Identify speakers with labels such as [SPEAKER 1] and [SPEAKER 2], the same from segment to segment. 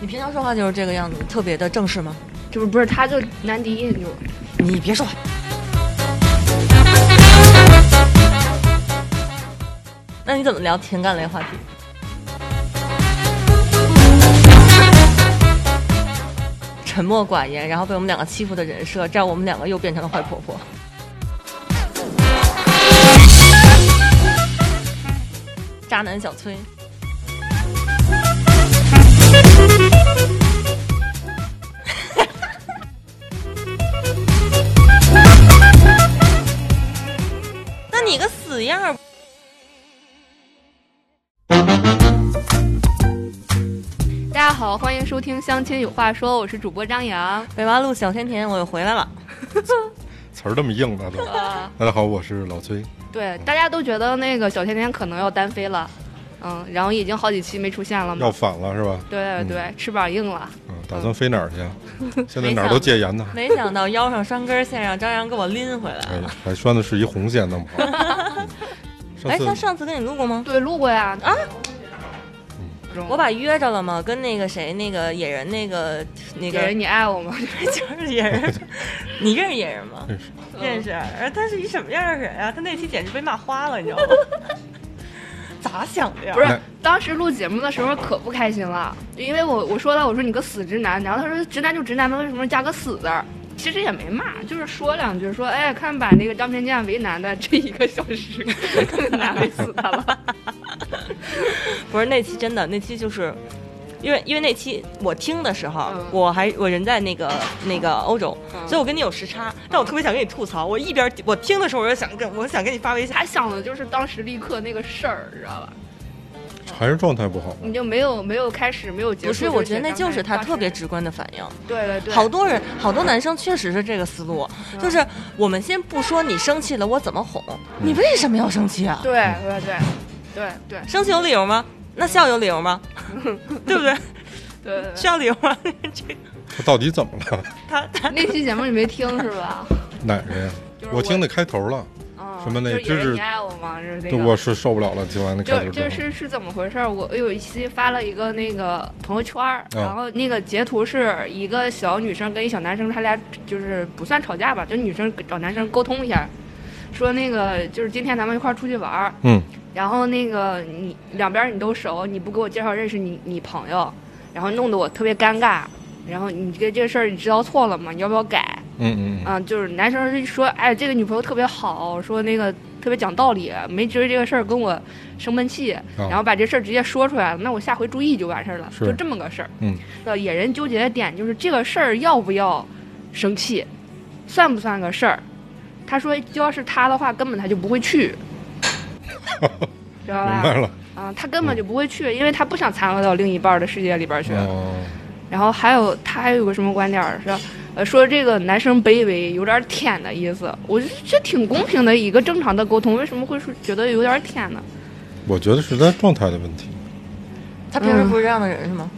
[SPEAKER 1] 你平常说话就是这个样子，特别的正式吗？
[SPEAKER 2] 这不不是，他就难敌那种。
[SPEAKER 1] 你别说话。那你怎么聊情感类话题？沉默寡言，然后被我们两个欺负的人设，这样我们两个又变成了坏婆婆。渣男小崔，那你个死样儿！
[SPEAKER 2] 大家好，欢迎收听《相亲有话说》，我是主播张扬。
[SPEAKER 1] 北八路小甜甜，我又回来了。
[SPEAKER 3] 词儿这么硬呢都。
[SPEAKER 2] 呃，
[SPEAKER 3] 大家好，我是老崔。
[SPEAKER 2] 对，大家都觉得那个小甜甜可能要单飞了，嗯，然后已经好几期没出现了
[SPEAKER 3] 要
[SPEAKER 2] 嘛。
[SPEAKER 3] 反了是吧？
[SPEAKER 2] 对对，翅膀硬了。
[SPEAKER 3] 嗯，打算飞哪儿去？现在哪儿都戒严呢。
[SPEAKER 1] 没想到腰上拴根线，让张扬给我拎回来
[SPEAKER 3] 哎
[SPEAKER 1] 了。
[SPEAKER 3] 呀，还拴的是一红线，弄不好。
[SPEAKER 1] 哎，他
[SPEAKER 3] 嗯上次
[SPEAKER 1] 上次跟你录过吗？
[SPEAKER 2] 对，路过呀啊，
[SPEAKER 1] 我把约着了吗？跟那个谁，那个野人，那个那
[SPEAKER 2] 给
[SPEAKER 1] 个
[SPEAKER 2] 人你爱我 吗？
[SPEAKER 1] 就是野人， 你认识野人吗？
[SPEAKER 3] 认识
[SPEAKER 1] 认识。而哎他是一什么样的人啊？他那期简直被骂花了，你知道吗？ 咋想的呀？
[SPEAKER 2] 不是
[SPEAKER 3] 那，
[SPEAKER 2] 当时录节目的时候可不开心了，因为我我说他，我说你个死直男，然后他说直男就直男吧，为什么加个死字儿？其实也没骂，就是说两句，说哎，看把那个张天健为难的这一个小时， 更难为死他了。
[SPEAKER 1] 不是那期真的，那期就是。因为因为那期我听的时候，
[SPEAKER 2] 嗯
[SPEAKER 1] 我还我人在那个那个欧洲，
[SPEAKER 2] 嗯
[SPEAKER 1] 所以我跟你有时差。但我特别想跟你吐槽，我一边我听的时候，我就想跟我想跟你发微信，
[SPEAKER 2] 他想的就是当时立刻那个事儿，知道吧？
[SPEAKER 3] 还是状态不好。
[SPEAKER 2] 你就没有没有开始，没有结束。
[SPEAKER 1] 不是，我觉得那
[SPEAKER 2] 就
[SPEAKER 1] 就是他
[SPEAKER 2] 当时
[SPEAKER 1] 特别直观的反应。
[SPEAKER 2] 对对对，
[SPEAKER 1] 好多人，好多男生确实是这个思路，就是我们先不说你生气了，我怎么哄你，为什么要生气啊？
[SPEAKER 2] 对对对对对
[SPEAKER 1] 生气有理由吗？那笑有理由 吗？对不对？
[SPEAKER 2] 对对对。
[SPEAKER 1] 笑有理由吗？这个
[SPEAKER 3] 他到底怎么了？
[SPEAKER 1] 他他
[SPEAKER 2] 那期节目你没听是吧？
[SPEAKER 3] 哪个呀
[SPEAKER 2] 就是？
[SPEAKER 3] 我听的开头了，
[SPEAKER 2] 嗯
[SPEAKER 3] 什么那
[SPEAKER 2] 就是有人
[SPEAKER 3] 知识
[SPEAKER 2] 你爱我吗？就是那
[SPEAKER 3] 对，
[SPEAKER 2] 个。
[SPEAKER 3] 我是受不了了。听完那开
[SPEAKER 2] 就
[SPEAKER 3] 头
[SPEAKER 2] 就
[SPEAKER 3] 之后，
[SPEAKER 2] 是是怎么回事儿？我有一期发了一个那个朋友圈儿，然后那个截图是一个小女生跟一小男生，他俩就是不算吵架吧，就女生找男生沟通一下，说那个就是今天咱们一块儿出去玩儿，
[SPEAKER 3] 嗯，
[SPEAKER 2] 然后那个你两边儿你都熟，你不给我介绍认识你你朋友，然后弄得我特别尴尬，然后你这这事儿你知道错了吗？你要不要改？
[SPEAKER 3] 嗯嗯嗯，
[SPEAKER 2] 啊，就是男生是说，哎，这个女朋友特别好，说那个特别讲道理，没觉得这个事儿跟我生闷气，然后把这事儿直接说出来了，那我下回注意就完事儿了，
[SPEAKER 3] 哦是
[SPEAKER 2] 就这么个事儿。
[SPEAKER 3] 嗯，
[SPEAKER 2] 呃，野人纠结的点就是这个事儿要不要生气，算不算个事儿？他说，要是他的话，根本他就不会 去，知道
[SPEAKER 3] 明
[SPEAKER 2] 吧？
[SPEAKER 3] 白了。嗯
[SPEAKER 2] 啊，他根本就不会去，因为他不想掺和到另一半儿的世界里边儿去。
[SPEAKER 3] 哦，
[SPEAKER 2] 然后还有他还有个什么观点儿是，呃，说这个男生卑微有点儿舔的意思，我觉得这挺公平的一个正常的沟通，为什么会说觉得有点儿舔呢？
[SPEAKER 3] 我觉得是他状态的问题。
[SPEAKER 1] 他平时不是这样的人是吗？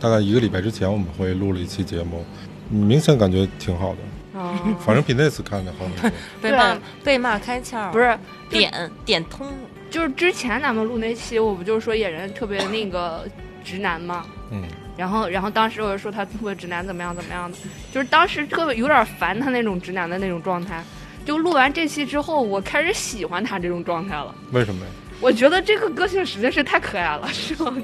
[SPEAKER 3] 大概一个礼拜之前，我们会录了一期节目，明显感觉挺好的，
[SPEAKER 2] 啊、
[SPEAKER 3] 反正比那次看的好很多。
[SPEAKER 1] 被
[SPEAKER 2] 对
[SPEAKER 1] 骂被骂开窍了，
[SPEAKER 2] 不是，
[SPEAKER 1] 点点通了，
[SPEAKER 2] 就是之前咱们录那期，我不就是说野人特别那个直男吗？
[SPEAKER 3] 嗯，
[SPEAKER 2] 然后，然后当时我就说他特别直男怎么样怎么样的，就是当时特别有点烦他那种直男的那种状态。就录完这期之后，我开始喜欢他这种状态了。
[SPEAKER 3] 为什么呀？
[SPEAKER 2] 我觉得这个个性实在是太可爱了，是吗？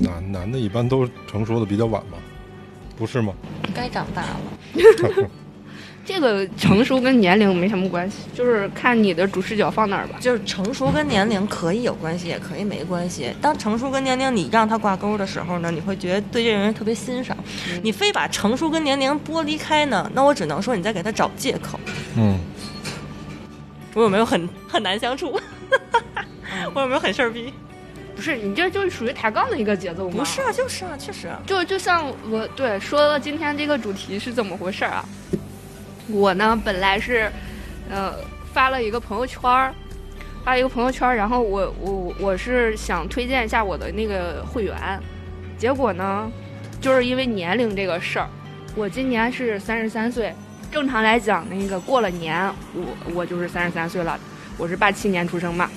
[SPEAKER 3] 男男的一般都成熟的比较晚嘛，不是吗？
[SPEAKER 1] 该长大了。
[SPEAKER 2] 这个成熟跟年龄没什么关系，就是看你的主视角放哪儿吧。
[SPEAKER 1] 就是成熟跟年龄可以有关系，也可以没关系。当成熟跟年龄你让他挂钩的时候呢，你会觉得对这个人特别欣赏。
[SPEAKER 2] 嗯
[SPEAKER 1] 你非把成熟跟年龄剥离开呢，那我只能说你在给他找借口。
[SPEAKER 3] 嗯，
[SPEAKER 1] 我有没有很很难相处？ 我有没有很事儿逼？
[SPEAKER 2] 不是你这就是属于抬杠的一个节奏吗？
[SPEAKER 1] 不是，啊，就是啊，确实啊。
[SPEAKER 2] 就就像我对说了今天这个主题是怎么回事儿啊？我呢本来是，呃，发了一个朋友圈儿，发了一个朋友圈儿，然后我我我是想推荐一下我的那个会员，结果呢，就是因为年龄这个事儿，我今年是三十三岁，正常来讲那个过了年，我我就是三十三岁了，我是八七年出生嘛，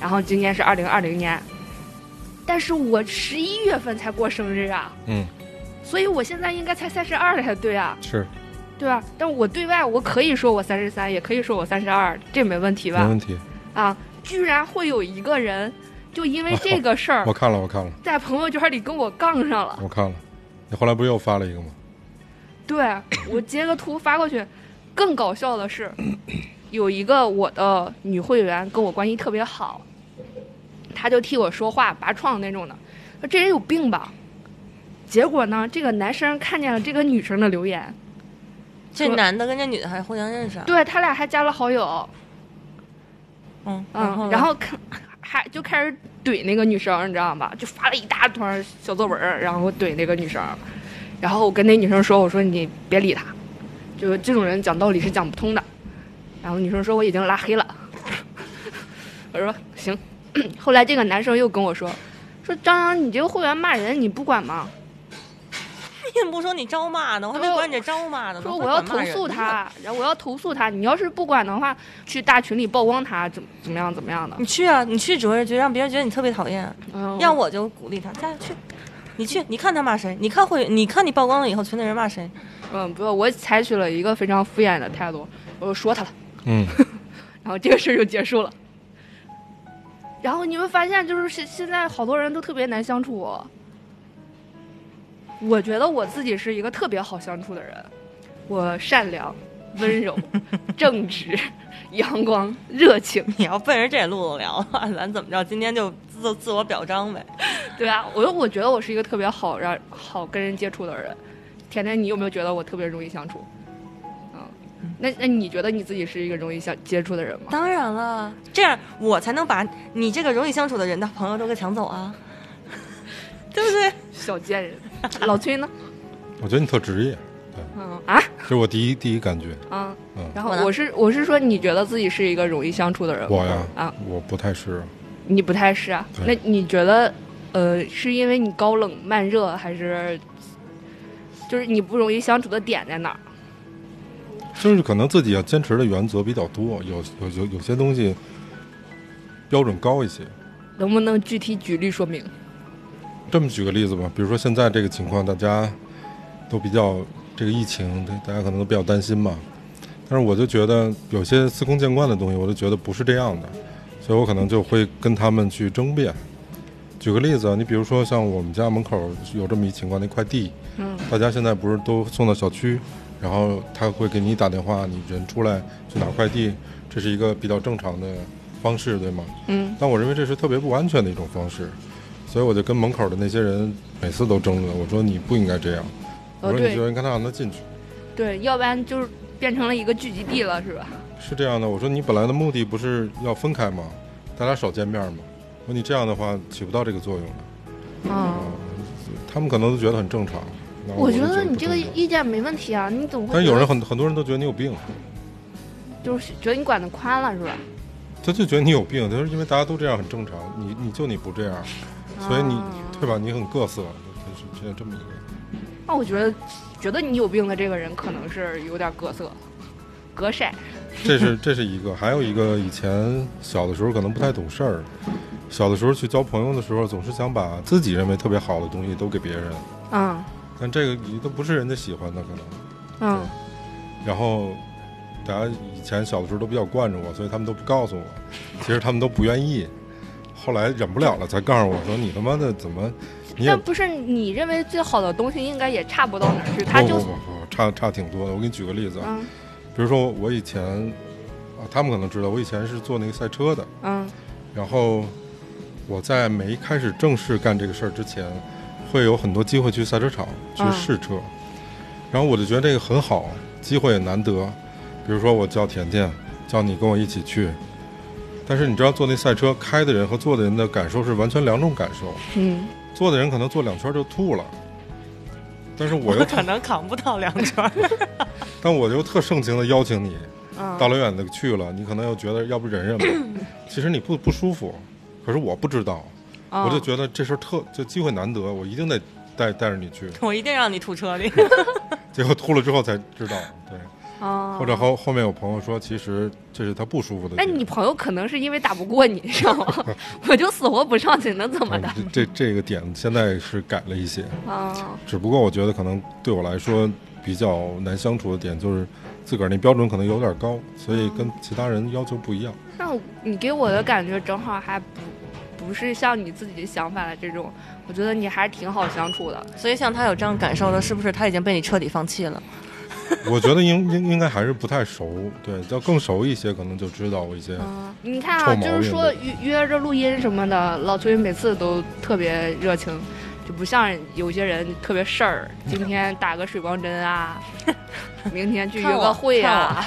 [SPEAKER 2] 然后今年是二零二零年，但是我十一月份才过生日啊，
[SPEAKER 3] 嗯，
[SPEAKER 2] 所以我现在应该才三十二才对啊，
[SPEAKER 3] 是
[SPEAKER 2] 对吧？但我对外我可以说我三十三，也可以说我三十二，这没问题
[SPEAKER 3] 没
[SPEAKER 2] 吧？
[SPEAKER 3] 问题。
[SPEAKER 2] 啊，居然会有一个人就因为这个事儿
[SPEAKER 3] 我看了，我看了，
[SPEAKER 2] 在朋友圈里跟我杠上了。
[SPEAKER 3] 我看了。你后来不是又发了一个吗？
[SPEAKER 2] 对我截个图发过去。更搞笑的是，有一个我的女会员跟我关系特别好，她就替我说话拔创那种的，说这人有病吧。结果呢，这个男生看见了这个女生的留言，
[SPEAKER 1] 这男的跟这女的还互相认识啊？
[SPEAKER 2] 对他俩还加了好友，
[SPEAKER 1] 嗯，然
[SPEAKER 2] 嗯，然
[SPEAKER 1] 后呢
[SPEAKER 2] 后看还就开始怼那个女生，你知道吧？就发了一大段小作文儿，然后怼那个女生。然后我跟那女生说：“我说你别理他，就是这种人讲道理是讲不通的。”然后女生说：“我已经拉黑了。” 我说：“行。”后来这个男生又跟我说：“说张扬，你这个会员骂人，你不管吗？
[SPEAKER 1] 你怎么不说你招骂呢？我还没管你这招骂呢。
[SPEAKER 2] 说
[SPEAKER 1] 能
[SPEAKER 2] 我要
[SPEAKER 1] 管
[SPEAKER 2] 投
[SPEAKER 1] 骂人
[SPEAKER 2] 诉
[SPEAKER 1] 呢，
[SPEAKER 2] 他，然后我要投诉他。你要是不管的话，去大群里曝光他，怎么怎么样怎么样的。
[SPEAKER 1] 你去啊，你去主任局，让别人觉得你特别讨厌。啊
[SPEAKER 2] 嗯”
[SPEAKER 1] 要我就鼓励他，加油去，你去，你看他骂谁，你看会，你看你曝光了以后，群里人骂谁，
[SPEAKER 2] 嗯，不，我采取了一个非常敷衍的态度，我就说他了，
[SPEAKER 3] 嗯，
[SPEAKER 2] 然后这个事儿就结束了。然后你会发现，就是现现在好多人都特别难相处。我觉得我自己是一个特别好相处的人，我善良、温柔、正直、 阳光、热情，
[SPEAKER 1] 你要奔着这路子聊的话， 咱怎么着？今天就自自我表彰呗。
[SPEAKER 2] 对啊，我我觉得我是一个特别好让好跟人接触的人。甜甜，你有没有觉得我特别容易相处？嗯，那那你觉得你自己是一个容易相接触的人吗？
[SPEAKER 1] 当然了，这样我才能把你这个容易相处的人的朋友都给抢走啊， 对不对？
[SPEAKER 2] 小贱人， 老崔呢？
[SPEAKER 3] 我觉得你特职业，
[SPEAKER 2] 嗯啊
[SPEAKER 3] 这是我第一第一感觉。
[SPEAKER 2] 啊，
[SPEAKER 3] 嗯，
[SPEAKER 2] 然后
[SPEAKER 1] 我呢
[SPEAKER 2] 我是我是说，你觉得自己是一个容易相处的人吗？
[SPEAKER 3] 我呀，
[SPEAKER 2] 啊，
[SPEAKER 3] 我不太是，
[SPEAKER 2] 你不太是啊。那
[SPEAKER 3] 对
[SPEAKER 2] 你觉得，呃，是因为你高冷慢热，还是就是你不容易相处的点在哪儿？
[SPEAKER 3] 就是可能自己要坚持的原则比较多，有有有有些东西标准高一些。
[SPEAKER 2] 能不能具体举例说明？
[SPEAKER 3] 这么举个例子吧，比如说现在这个情况，大家都比较这个疫情，大大家可能都比较担心嘛。但是我就觉得有些司空见惯的东西，我就觉得不是这样的，所以我可能就会跟他们去争辩。举个例子啊，你比如说像我们家门口有这么一情况，那块地，
[SPEAKER 2] 嗯
[SPEAKER 3] 大家现在不是都送到小区，然后他会给你打电话，你人出来去拿快递，这是一个比较正常的方式，对吗？
[SPEAKER 2] 嗯
[SPEAKER 3] 但我认为这是特别不安全的一种方式，所以我就跟门口的那些人每次都争论，我说你不应该这样，
[SPEAKER 2] 哦
[SPEAKER 3] 我说
[SPEAKER 2] 对
[SPEAKER 3] 你就应该让他进去，
[SPEAKER 2] 对，要不然就是变成了一个聚集地了，是吧？
[SPEAKER 3] 是这样的。我说你本来的目的不是要分开吗？大家少见面吗？我说你这样的话起不到这个作用的，
[SPEAKER 2] 嗯，
[SPEAKER 3] 他们可能都觉得很正常。那
[SPEAKER 2] 我
[SPEAKER 3] 就
[SPEAKER 2] 觉
[SPEAKER 3] 觉
[SPEAKER 2] 得你
[SPEAKER 3] 不
[SPEAKER 2] 这个
[SPEAKER 3] 正常
[SPEAKER 2] 意见没问题啊，你怎么会？
[SPEAKER 3] 但是有人很很多人都觉得你有病，
[SPEAKER 2] 就是觉得你管的宽了，是吧？
[SPEAKER 3] 他就觉得你有病，他说因为大家都这样很正常，你你就你不这样，
[SPEAKER 2] 哦
[SPEAKER 3] 所以你、对吧？你很各色，就是这这么一个。
[SPEAKER 2] 那我觉得，觉得你有病的这个人可能是有点各色，隔晒。
[SPEAKER 3] 这是这是一个，还有一个以前小的时候可能不太懂事儿，小的时候去交朋友的时候，总是想把自己认为特别好的东西都给别人，
[SPEAKER 2] 嗯
[SPEAKER 3] 但这个你都不是人家喜欢的可能。
[SPEAKER 2] 嗯
[SPEAKER 3] 然后大家以前小的时候都比较惯着我，所以他们都不告诉我，其实他们都不愿意。后来忍不了了，才告诉我说：“你他妈的怎么，你也
[SPEAKER 2] 但不是你认为最好的东西，应该也差不到哪儿去。他
[SPEAKER 3] 不不
[SPEAKER 2] 就
[SPEAKER 3] 不不差差挺多的。”我给你举个例子啊，
[SPEAKER 2] 嗯
[SPEAKER 3] 比如说我以前啊，他们可能知道，我以前是做那个赛车的，
[SPEAKER 2] 嗯
[SPEAKER 3] 然后我在没开始正式干这个事儿之前，会有很多机会去赛车场去
[SPEAKER 2] 嗯
[SPEAKER 3] 试车，然后我就觉得这个很好，机会也难得。比如说我叫甜甜，叫你跟我一起去，但是你知道坐那赛车开的人和坐的人的感受是完全两种感受，
[SPEAKER 2] 嗯，
[SPEAKER 3] 坐的人可能坐两圈就吐了，但 是我又
[SPEAKER 1] 可能扛不到两圈 儿。
[SPEAKER 3] 但我又特盛情的邀请你，
[SPEAKER 2] 嗯
[SPEAKER 3] 大老远的去了，你可能又觉得要不忍忍吧，其实你不不舒服，可是我不知道。
[SPEAKER 2] 嗯
[SPEAKER 3] 我就觉得这事儿特这机会难得，我一定得带带着你去。
[SPEAKER 1] 我一定让你吐车里。
[SPEAKER 3] 结果吐了之后才知道，对，
[SPEAKER 2] 啊，
[SPEAKER 3] 或者后后面有朋友说，其实这是他不舒服的
[SPEAKER 2] 哎，
[SPEAKER 3] 点。
[SPEAKER 2] 你朋友可能是因为打不过你，你知道吗？ 我就死活不上去，能怎么的
[SPEAKER 3] 嗯？这这这个点现在是改了一些，
[SPEAKER 2] 啊，
[SPEAKER 3] 只不过我觉得可能对我来说比较难相处的点就是自个儿那标准可能有点高，所以跟其他人要求不一样。
[SPEAKER 2] 那你给我的感觉正好还不不是像你自己想法的这种，我觉得你还是挺好相处的。
[SPEAKER 1] 所以像他有这样感受的，是不是他已经被你彻底放弃了？
[SPEAKER 3] 我觉得应 应应该还是不太熟，对，要更熟一些，可能就知道一些。
[SPEAKER 2] 嗯，你看
[SPEAKER 3] 臭
[SPEAKER 2] 啊，
[SPEAKER 3] 毛
[SPEAKER 2] 就是
[SPEAKER 3] 病
[SPEAKER 2] 说
[SPEAKER 3] 对
[SPEAKER 2] 约约着录音什么的，老崔每次都特别热情，就不像有些人特别 事儿，今天打个水光针啊，明天去约
[SPEAKER 1] 看我
[SPEAKER 2] 个会啊，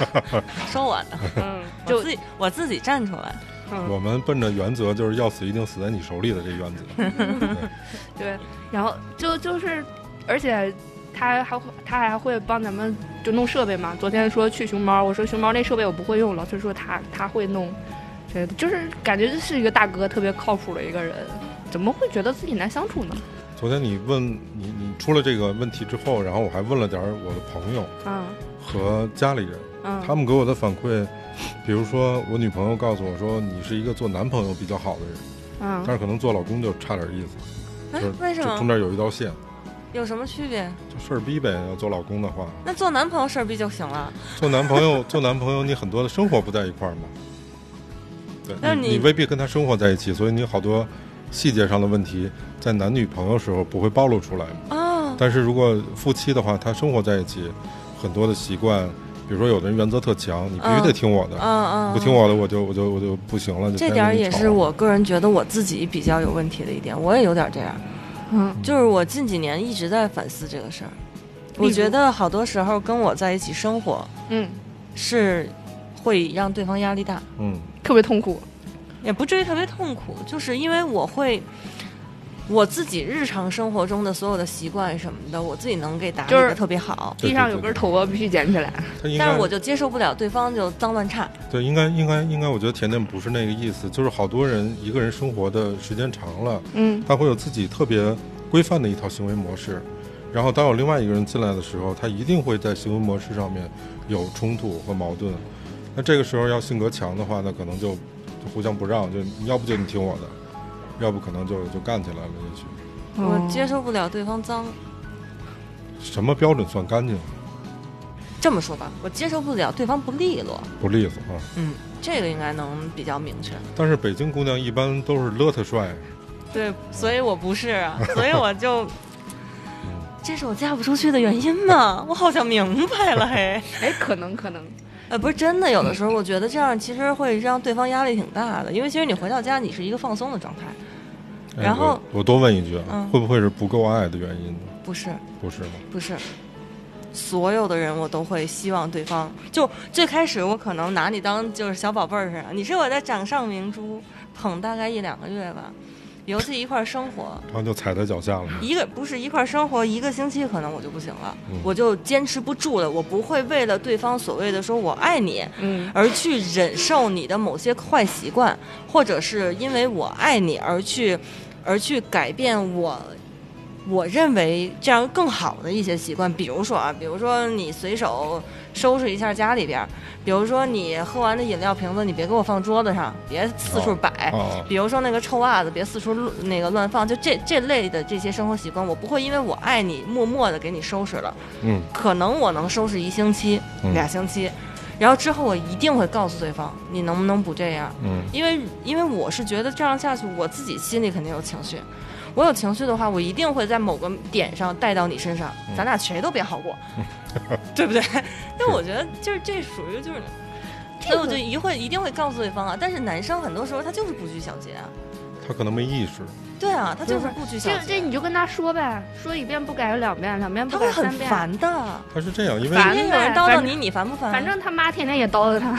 [SPEAKER 1] 说我呢，
[SPEAKER 2] 嗯，
[SPEAKER 1] 我
[SPEAKER 2] 就
[SPEAKER 1] 自己我自己站出来。
[SPEAKER 2] 嗯
[SPEAKER 3] 我们奔着原则就是要死一定死在你手里的这原则。
[SPEAKER 2] 对，然后就就是，而且他还会他还会帮咱们就弄设备嘛。昨天说去熊猫，我说熊猫那设备我不会用，老崔说他他会弄，这就是感觉是一个大哥，特别靠谱的一个人，怎么会觉得自己难相处呢？
[SPEAKER 3] 昨天你问你你出了这个问题之后，然后我还问了点儿我的朋友
[SPEAKER 2] 嗯
[SPEAKER 3] 和家里人，
[SPEAKER 2] 嗯，
[SPEAKER 3] 他们给我的反馈，比如说我女朋友告诉我说你是一个做男朋友比较好的人，
[SPEAKER 2] 嗯，
[SPEAKER 3] 但是可能做老公就差点意思，
[SPEAKER 1] 哎
[SPEAKER 3] 就是，
[SPEAKER 1] 为什
[SPEAKER 3] 就中
[SPEAKER 1] 么？
[SPEAKER 3] 间有一道线，
[SPEAKER 1] 有什么区别？
[SPEAKER 3] 就事儿逼呗。要做老公的话，
[SPEAKER 1] 那做男朋友事儿逼就行了。
[SPEAKER 3] 做男朋友 做男朋友你很多的生活不在一块儿嘛，
[SPEAKER 1] 那
[SPEAKER 3] 对，
[SPEAKER 1] 你
[SPEAKER 3] 你未必跟他生活在一起，所以你好多细节上的问题在男女朋友时候不会暴露出来嘛。
[SPEAKER 1] 哦，
[SPEAKER 3] 但是如果夫妻的话，他生活在一起，很多的习惯，比如说有的人原则特强，你必须得听我的，
[SPEAKER 1] 嗯嗯，
[SPEAKER 3] 不听我的我就我就我就不行了。就
[SPEAKER 1] 这
[SPEAKER 3] 天
[SPEAKER 1] 点
[SPEAKER 3] 天
[SPEAKER 1] 儿
[SPEAKER 3] 跟你
[SPEAKER 1] 也
[SPEAKER 3] 吵
[SPEAKER 1] 是我个人觉得我自己比较有问题的一点，我也有点这样。
[SPEAKER 2] 嗯，
[SPEAKER 1] 就是我近几年一直在反思这个事儿，
[SPEAKER 2] 例如
[SPEAKER 1] 我觉得好多时候跟我在一起生活
[SPEAKER 2] 嗯，
[SPEAKER 1] 是会让对方压力大，
[SPEAKER 3] 嗯
[SPEAKER 2] 特别痛苦。
[SPEAKER 1] 也不至于特别痛苦，就是因为我会。我自己日常生活中的所有的习惯什么的，我自己能给打理
[SPEAKER 2] 就是
[SPEAKER 1] 的特别好，
[SPEAKER 3] 对
[SPEAKER 2] 地上有根头发必须捡起来。
[SPEAKER 3] 他应
[SPEAKER 1] 但
[SPEAKER 3] 该
[SPEAKER 1] 是我就接受不了对方就脏乱差。
[SPEAKER 3] 对应该应该应该，我觉得甜甜不是那个意思，就是好多人一个人生活的时间长了，
[SPEAKER 2] 嗯
[SPEAKER 3] 他会有自己特别规范的一套行为模式。然后，当有另外一个人进来的时候，他一定会在行为模式上面有冲突和矛盾。那这个时候要性格强的话，那可能就就互相不让，就要不就你听我的，要不可能就就干起来了。也许
[SPEAKER 2] 嗯哦
[SPEAKER 1] 我接受不了对方脏，
[SPEAKER 3] 什么标准算干净
[SPEAKER 1] 嗯这么说吧，我接受不了对方不利落。
[SPEAKER 3] 不利索啊？
[SPEAKER 1] 嗯，这个应该能比较明确。
[SPEAKER 3] 但是北京姑娘一般都是邋遢帅，
[SPEAKER 1] 对，所以我不是 啊，所以我就，这是我嫁不出去的原因吗？ 我好像明白了，嘿。
[SPEAKER 2] 哎，可能可能，
[SPEAKER 1] 呃，不是真的，有的时候我觉得这样其实会让对方压力挺大的，因为其实你回到家你是一个放松的状态，
[SPEAKER 3] 哎
[SPEAKER 1] 然后
[SPEAKER 3] 我我多问一句啊，
[SPEAKER 1] 嗯
[SPEAKER 3] 会不会是不够爱的原因呢？
[SPEAKER 1] 不是
[SPEAKER 3] 不是吗？
[SPEAKER 1] 不是，所有的人我都会希望对方，就最开始我可能拿你当就是小宝贝儿似的，你是我的掌上明珠，捧大概一两个月吧，尤其一块儿生活，
[SPEAKER 3] 然后就踩在脚下了吗。
[SPEAKER 1] 一个不是一块儿生活一个星期，可能我就不行了，
[SPEAKER 3] 嗯
[SPEAKER 1] 我就坚持不住了。我不会为了对方所谓的说我爱你
[SPEAKER 2] 嗯
[SPEAKER 1] 而去忍受你的某些坏习惯，或者是因为我爱你而去而去改变我我认为这样更好的一些习惯。比如说啊，比如说你随手收拾一下家里边儿，比如说你喝完的饮料瓶子你别给我放桌子上，别四处
[SPEAKER 3] 哦
[SPEAKER 1] 摆。
[SPEAKER 3] 啊，
[SPEAKER 1] 比如说那个臭袜子，别四处乱那个乱放，就这这类的这些生活习惯，我不会因为我爱你，默默的给你收拾了。
[SPEAKER 3] 嗯，
[SPEAKER 1] 可能我能收拾一星期、
[SPEAKER 3] 嗯
[SPEAKER 1] 俩星期，然后之后我一定会告诉对方，你能不能不这样？
[SPEAKER 3] 嗯，
[SPEAKER 1] 因为因为我是觉得这样下去，我自己心里肯定有情绪。我有情绪的话，我一定会在某个点上带到你身上，
[SPEAKER 3] 嗯
[SPEAKER 1] 咱俩谁都别好 过，对不对？但我觉得就是这属于就是，所以我就一会一定会告诉对方啊。但是男生很多时候他就是不拘小节啊，
[SPEAKER 3] 他可能没意识。
[SPEAKER 1] 对啊，他就是不拘小
[SPEAKER 2] 这这
[SPEAKER 1] 节，
[SPEAKER 2] 你就跟他说呗，说一遍不改两遍，两遍
[SPEAKER 1] 他
[SPEAKER 2] 不
[SPEAKER 1] 会
[SPEAKER 2] 改
[SPEAKER 1] 很
[SPEAKER 2] 三遍。
[SPEAKER 1] 烦的。
[SPEAKER 3] 他是这样，因为
[SPEAKER 1] 今
[SPEAKER 2] 烦
[SPEAKER 1] 天有人叨叨你，你烦不啊烦？
[SPEAKER 2] 反正他妈天天也叨叨他，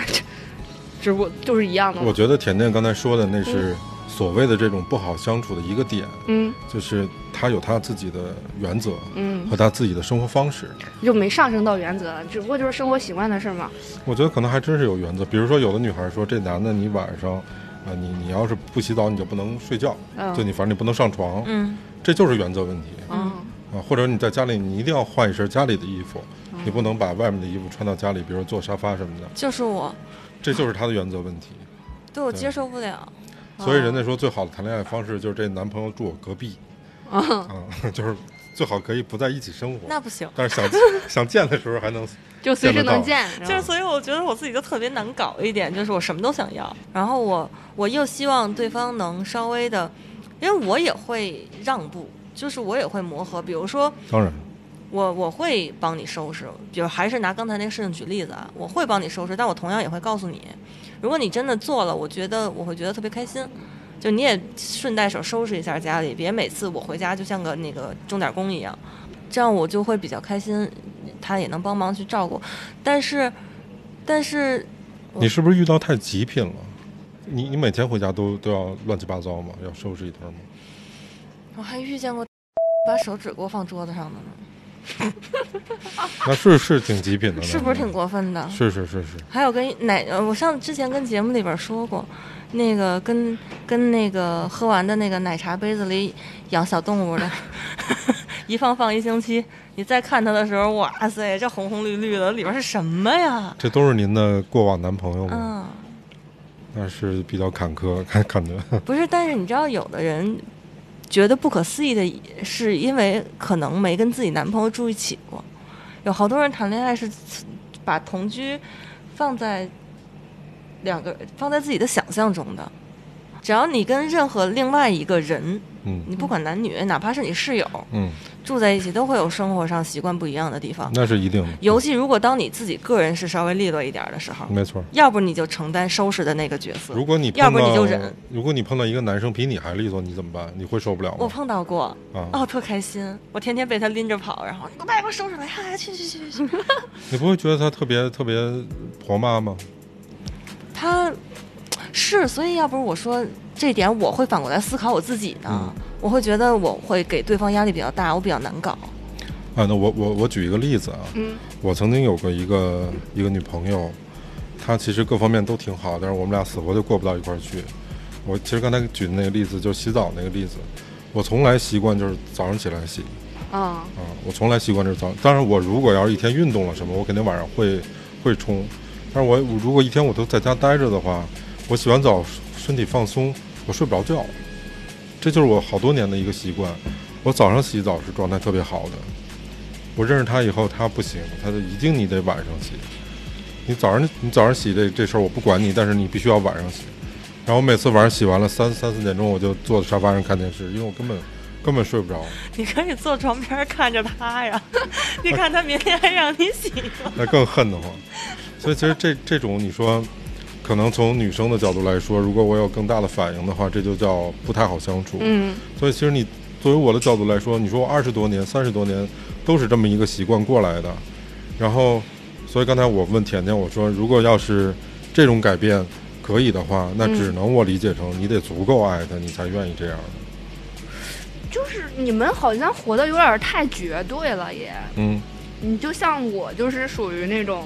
[SPEAKER 2] 只不过就是一样的。
[SPEAKER 3] 我觉得甜甜刚才说的那是所谓的这种不好相处的一个点，
[SPEAKER 2] 嗯
[SPEAKER 3] 就是他有他自己的原则
[SPEAKER 2] 嗯，
[SPEAKER 3] 和他自己的生活方式。
[SPEAKER 2] 就没上升到原则，只不过就是生活习惯的事儿嘛。
[SPEAKER 3] 我觉得可能还真是有原则，比如说有的女孩说，这男的你晚上，啊、你你要是不洗澡你就不能睡觉，
[SPEAKER 2] 嗯，
[SPEAKER 3] 就你反正你不能上床，
[SPEAKER 1] 嗯
[SPEAKER 3] 这就是原则问题。
[SPEAKER 2] 嗯，
[SPEAKER 3] 啊、啊，或者你在家里你一定要换一身家里的衣服，
[SPEAKER 2] 嗯
[SPEAKER 3] 你不能把外面的衣服穿到家里，比如说坐沙发什么的，
[SPEAKER 1] 就是我，
[SPEAKER 3] 这就是他的原则问题。
[SPEAKER 1] 对我
[SPEAKER 3] 对
[SPEAKER 1] 接受不了。
[SPEAKER 3] 所以人家
[SPEAKER 1] 哦
[SPEAKER 3] 说最好的谈恋爱方式就是这男朋友住我隔壁，啊、就是最好可以不在一起生活，
[SPEAKER 1] 哦那不行，
[SPEAKER 3] 但 是想想见的时候还能
[SPEAKER 2] 就随时能见，
[SPEAKER 1] 就
[SPEAKER 2] 然
[SPEAKER 1] 是
[SPEAKER 2] 后
[SPEAKER 1] 所以我觉得我自己就特别难搞一点，就是我什么都想要，然后我我又希望对方能稍微的，因为我也会让步，就是我也会磨合，比如说。
[SPEAKER 3] 当然
[SPEAKER 1] 我我会帮你收拾，比如还是拿刚才那个事情举例子啊，我会帮你收拾，但我同样也会告诉你，如果你真的做了，我觉得我会觉得特别开心，就你也顺带手收拾一下家里，别每次我回家就像个那个钟点工一样，这样我就会比较开心，他也能帮忙去照顾，但是但是
[SPEAKER 3] 你是不是遇到太极品了？你你每天回家都都要乱七八糟吗？要收拾一通吗？
[SPEAKER 1] 我还遇见过 把手指给我放桌子上的呢，
[SPEAKER 3] 那是是挺极品的，
[SPEAKER 1] 是不是挺？过分的？
[SPEAKER 3] 是是是是，
[SPEAKER 1] 还有跟哪？呃我上之前跟节目里边说过，那个跟跟那个喝完的那个奶茶杯子里养小动物的， 一放放一星期，你再看它的时候，哇塞，这红红绿绿的里边是什么呀？
[SPEAKER 3] 这都是您的过往男朋友吗？
[SPEAKER 1] 嗯，
[SPEAKER 3] 那是比较坎坷，感感觉。
[SPEAKER 1] 不是，但是你知道，有的人觉得不可思议的是，因为可能没跟自己男朋友住一起过，有好多人谈恋爱是把同居放在两个放在自己的想象中的。只要你跟任何另外一个人，
[SPEAKER 3] 嗯
[SPEAKER 1] 你不管男女，哪怕是你室友
[SPEAKER 3] 嗯，
[SPEAKER 1] 住在一起，都会有生活上习惯不一样的地方。
[SPEAKER 3] 那是一定的。
[SPEAKER 1] 尤其如果当你自己个人是稍微利落一点的时候，
[SPEAKER 3] 没错。
[SPEAKER 1] 要不你就承担收拾的那个角色，
[SPEAKER 3] 嗯如果你
[SPEAKER 1] 要
[SPEAKER 3] 碰
[SPEAKER 1] 不然你就
[SPEAKER 3] 到
[SPEAKER 1] 忍
[SPEAKER 3] 如果你碰到一个男生比你还利索，你怎么办？你会受不了
[SPEAKER 1] 我
[SPEAKER 3] 吗？
[SPEAKER 1] 碰到过，
[SPEAKER 3] 啊
[SPEAKER 1] 哦，，特开心！我天天被他拎着跑，然后你给我把外边收拾来，哎，去去去去去。
[SPEAKER 3] 你不会觉得他特别特别婆妈吗？
[SPEAKER 1] 他是，所以要不是我说这点，我会反过来思考我自己呢。
[SPEAKER 3] 嗯
[SPEAKER 1] 我会觉得我会给对方压力比较大，我比较难搞。
[SPEAKER 3] 啊，那我我我举一个例子啊，
[SPEAKER 2] 嗯，
[SPEAKER 3] 我曾经有过一个一个女朋友，她其实各方面都挺好，但是我们俩死活就过不到一块儿去。我其实刚才举的那个例子，就是洗澡那个例子，我从来习惯就是早上起来洗
[SPEAKER 2] 啊，
[SPEAKER 3] 啊，我从来习惯就是早。当然，我如果要是一天运动了什么，我肯定晚上会会冲。但是我我如果一天我都在家待着的话，我洗完澡身体放松，我睡不着觉。这就是我好多年的一个习惯。我早上洗澡是状态特别好的，我认识他以后，他不行，他就一定你得晚上洗。你早上你早上洗这这事儿我不管你，但是你必须要晚上洗。然后每次晚上洗完了三三四点钟，我就坐在沙发上看电视，因为我根本根本睡不着。
[SPEAKER 1] 你可以坐床边看着他呀， 你看他明天还让你洗呢。
[SPEAKER 3] 那更恨得慌。所以其实这这种你说，可能从女生的角度来说，如果我有更大的反应的话，这就叫不太好相处。
[SPEAKER 2] 嗯，
[SPEAKER 3] 所以其实你作为我的角度来说，你说我二十多年、三十多年都是这么一个习惯过来的，然后，所以刚才我问甜甜，我说如果要是这种改变可以的话，那只能我理解成你得足够爱他，你才愿意这样。
[SPEAKER 2] 就是你们好像活得有点太绝对了也，
[SPEAKER 3] 嗯，
[SPEAKER 2] 你就像我，就是属于那种，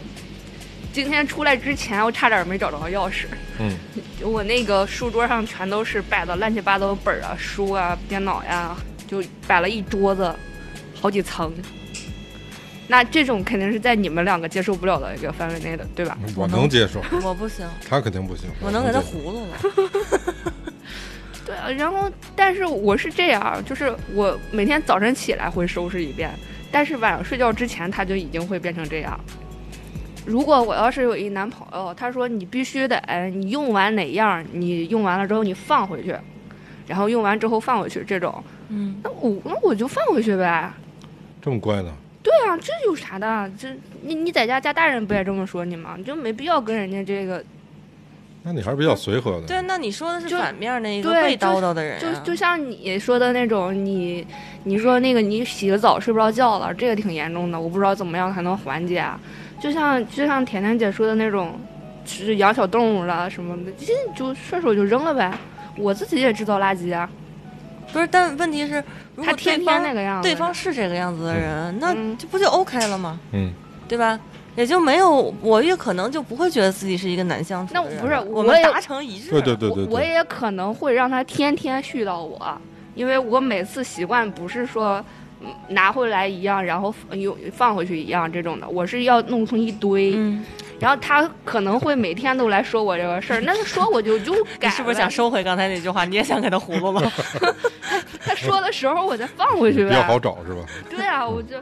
[SPEAKER 2] 今天出来之前我差点没找着钥匙。
[SPEAKER 3] 嗯，
[SPEAKER 2] 我那个书桌上全都是摆的乱七八糟的本儿啊、书啊、电脑呀、就摆了一桌子，好几层。那这种肯定是在你们两个接受不了的一个范围内的，对吧？
[SPEAKER 3] 嗯我能接受，
[SPEAKER 1] 我不行，
[SPEAKER 3] 他肯定不行。
[SPEAKER 1] 嗯我能给他
[SPEAKER 3] 接受
[SPEAKER 1] 葫芦了。
[SPEAKER 2] 对啊。然后，但是我是这样，啊就是我每天早晨起来会收拾一遍，但是晚上睡觉之前他就已经会变成这样。如果我要是有一男朋友，他说你必须得，哎你用完哪样，你用完了之后你放回去，然后用完之后放回去，这种
[SPEAKER 1] 嗯，
[SPEAKER 2] 那我那我就放回去呗。
[SPEAKER 3] 这么乖呢？
[SPEAKER 2] 对啊，这有啥的？这你你在家家大人不也这么说你吗？你就没必要跟人家这个，
[SPEAKER 3] 那你还是比较随和的。
[SPEAKER 1] 对，那你说的是
[SPEAKER 2] 就
[SPEAKER 1] 反面那一个
[SPEAKER 2] 对
[SPEAKER 1] 被
[SPEAKER 2] 就
[SPEAKER 1] 叨叨的人、
[SPEAKER 2] 就
[SPEAKER 1] 啊
[SPEAKER 2] 就像你说的那种，你你说那个你洗了澡睡不着觉了，这个挺严重的，我不知道怎么样才能缓解啊。就像就像甜甜姐说的那种，是养小动物了什么的，这就顺手就扔了呗。我自己也制造垃圾啊，
[SPEAKER 1] 不是，但问题是，如
[SPEAKER 2] 他
[SPEAKER 1] 果
[SPEAKER 2] 天
[SPEAKER 1] 对
[SPEAKER 2] 天
[SPEAKER 1] 方
[SPEAKER 2] 那个样子，
[SPEAKER 1] 对方是这个样子的人，那
[SPEAKER 2] 嗯
[SPEAKER 1] 这不就 OK 了吗？
[SPEAKER 3] 嗯，
[SPEAKER 1] 对吧？也就没有我也可能就不会觉得自己是一个难相处的人
[SPEAKER 2] 那不是
[SPEAKER 1] 我
[SPEAKER 2] 我
[SPEAKER 1] 们
[SPEAKER 2] 也
[SPEAKER 1] 达成一致
[SPEAKER 3] 对
[SPEAKER 1] 了，
[SPEAKER 3] 对对对对。
[SPEAKER 2] 我我也可能会让他天天絮叨我，因为我每次习惯不是说嗯拿回来一样，然后又放回去一样这种的，我是要弄成一堆。
[SPEAKER 1] 嗯，
[SPEAKER 2] 然后他可能会每天都来说我这个事儿，那他说我就就改
[SPEAKER 1] 你
[SPEAKER 2] 了。
[SPEAKER 1] 是不是想收回刚才那句话？你也想给他葫芦 了？
[SPEAKER 2] 他说的时候我再放回去
[SPEAKER 3] 比较好
[SPEAKER 2] 呗？
[SPEAKER 3] 找是吧？
[SPEAKER 2] 对啊，我就